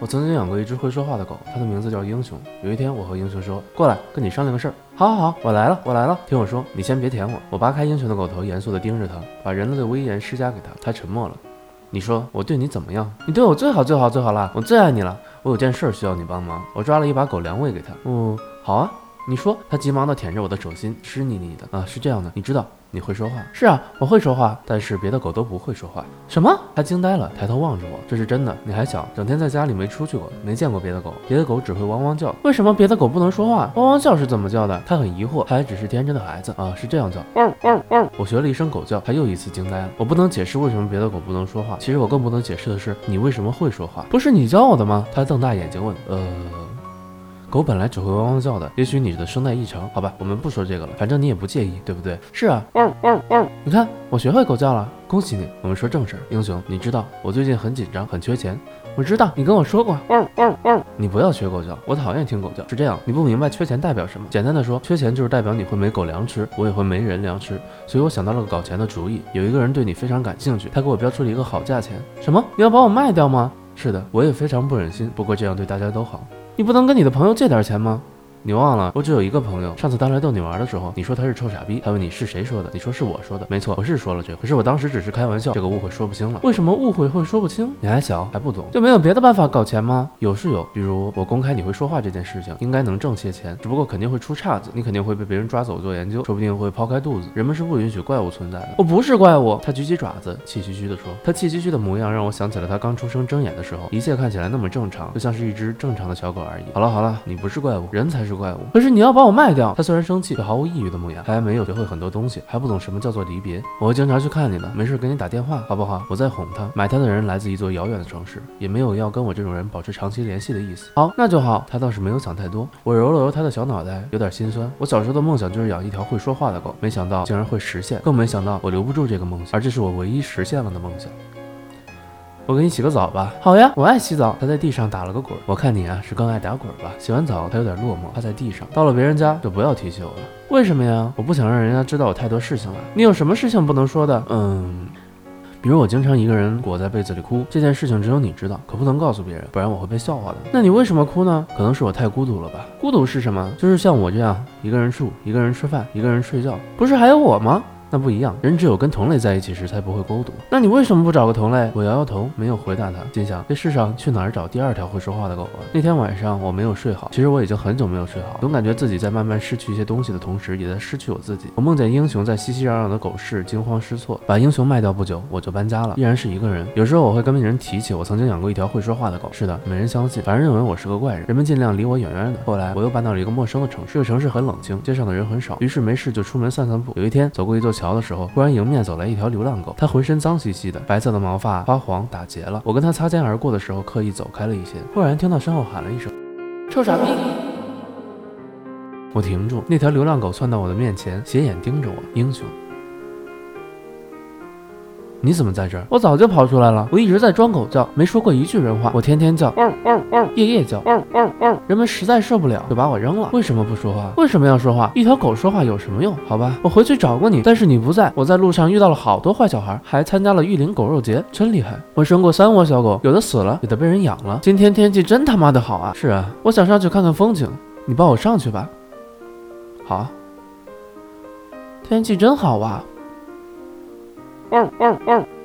我曾经养过一只会说话的狗，它的名字叫英雄。有一天，我和英雄说：“过来，跟你商量个事儿。”“好，好，好，我来了，我来了。”听我说，你先别舔我。我拔开英雄的狗头，严肃地盯着它，把人类的威严施加给它。它沉默了。你说我对你怎么样？你对我最好，最好，最好啦！我最爱你了。我有件事儿需要你帮忙。我抓了一把狗粮喂给它。嗯，好啊。你说，它急忙地舔着我的手心，湿腻腻的。啊，是这样的，你知道。你会说话？是啊，我会说话，但是别的狗都不会说话。什么？它惊呆了，抬头望着我。这是真的。你还小，整天在家里没出去过，没见过别的狗。别的狗只会汪汪叫，为什么别的狗不能说话？汪汪叫是怎么叫的？它很疑惑，它还只是天真的孩子啊，是这样叫。汪汪汪！我学了一声狗叫，它又一次惊呆了。我不能解释为什么别的狗不能说话，其实我更不能解释的是你为什么会说话。不是你教我的吗？它瞪大眼睛问。呃。狗本来只会汪汪叫的，也许你的声带异常，好吧，我们不说这个了，反正你也不介意，对不对？是啊，汪汪汪！你看，我学会狗叫了，恭喜你。我们说正事儿，英雄，你知道我最近很紧张，很缺钱。我知道，你跟我说过，汪汪汪！你不要学狗叫，我讨厌听狗叫。是这样，你不明白缺钱代表什么？简单的说，缺钱就是代表你会没狗粮吃，我也会没人粮吃。所以我想到了个搞钱的主意，有一个人对你非常感兴趣，他给我标出了一个好价钱。什么？你要把我卖掉吗？是的，我也非常不忍心，不过这样对大家都好。你不能跟你的朋友借点钱吗？你忘了，我只有一个朋友。上次他来逗你玩的时候，你说他是臭傻逼，他问你是谁说的，你说是我说的，没错，我是说了这个，可是我当时只是开玩笑，这个误会说不清了。为什么误会会说不清？你还小，还不懂，就没有别的办法搞钱吗？有是有，比如我公开你会说话这件事情，应该能挣些钱，只不过肯定会出岔子，你肯定会被别人抓走做研究，说不定会抛开肚子。人们是不允许怪物存在的。我不是怪物，他举起爪子，气吁吁地说。他气吁吁的模样让我想起了他刚出生睁眼的时候，一切看起来那么正常，就像是一只正常的小狗而已。好了好了，你不是怪物，人才是怪物。可是你要把我卖掉。他虽然生气，却毫无抑郁的模样，他还没有学会很多东西，还不懂什么叫做离别。我会经常去看你的，没事给你打电话，好不好？我在哄他。买他的人来自一座遥远的城市，也没有要跟我这种人保持长期联系的意思。好，那就好。他倒是没有想太多。我揉了揉他的小脑袋，有点心酸。我小时候的梦想就是养一条会说话的狗，没想到竟然会实现，更没想到我留不住这个梦想，而这是我唯一实现了的梦想。我给你洗个澡吧。好呀，我爱洗澡。他在地上打了个滚。我看你啊，是更爱打滚吧。洗完澡，他有点落寞，趴在地上。到了别人家就不要提起我了。为什么呀？我不想让人家知道我太多事情了。你有什么事情不能说的？嗯。比如我经常一个人裹在被子里哭，这件事情只有你知道，可不能告诉别人，不然我会被笑话的。那你为什么哭呢？可能是我太孤独了吧。孤独是什么？就是像我这样一个人住，一个人吃饭，一个人睡觉，不是还有我吗？那不一样，人只有跟同类在一起时才不会孤独。那你为什么不找个同类？我摇摇头，没有回答他，心想这世上去哪儿找第二条会说话的狗啊？那天晚上我没有睡好，其实我已经很久没有睡好，总感觉自己在慢慢失去一些东西的同时，也在失去我自己。我梦见英雄在熙熙攘攘的狗市惊慌失措，把英雄卖掉不久，我就搬家了，依然是一个人。有时候我会跟别人提起我曾经养过一条会说话的狗，是的，没人相信，反而认为我是个怪人，人们尽量离我远远的。后来我又搬到了一个陌生的城市，这个城市很冷清，街上的人很少，于是没事就出门散散步。有一天走过一座桥。桥的时候，忽然迎面走来一条流浪狗，它浑身脏兮兮的，白色的毛发发黄打结了。我跟它擦肩而过的时候，刻意走开了一些。忽然听到身后喊了一声：“臭傻逼！”我停住，那条流浪狗窜到我的面前，斜眼盯着我。英雄，你怎么在这儿？我早就跑出来了，我一直在装狗叫，没说过一句人话。我天天叫，汪汪汪，夜夜叫，汪汪汪。人们实在受不了，就把我扔哦了。为什么不说话？为什么要说话？一条狗说话有什么用？好吧，我回去找过你，但是你不在。我在路上遇到了好多坏小孩，还参加了玉林狗肉节，真厉害！我生过三窝小狗，有的死了，有的被人养了。今天天气真他妈的好啊！是啊，我想上去看看风景，你抱我上去吧。好、啊，天气真好哇、啊！汪汪汪！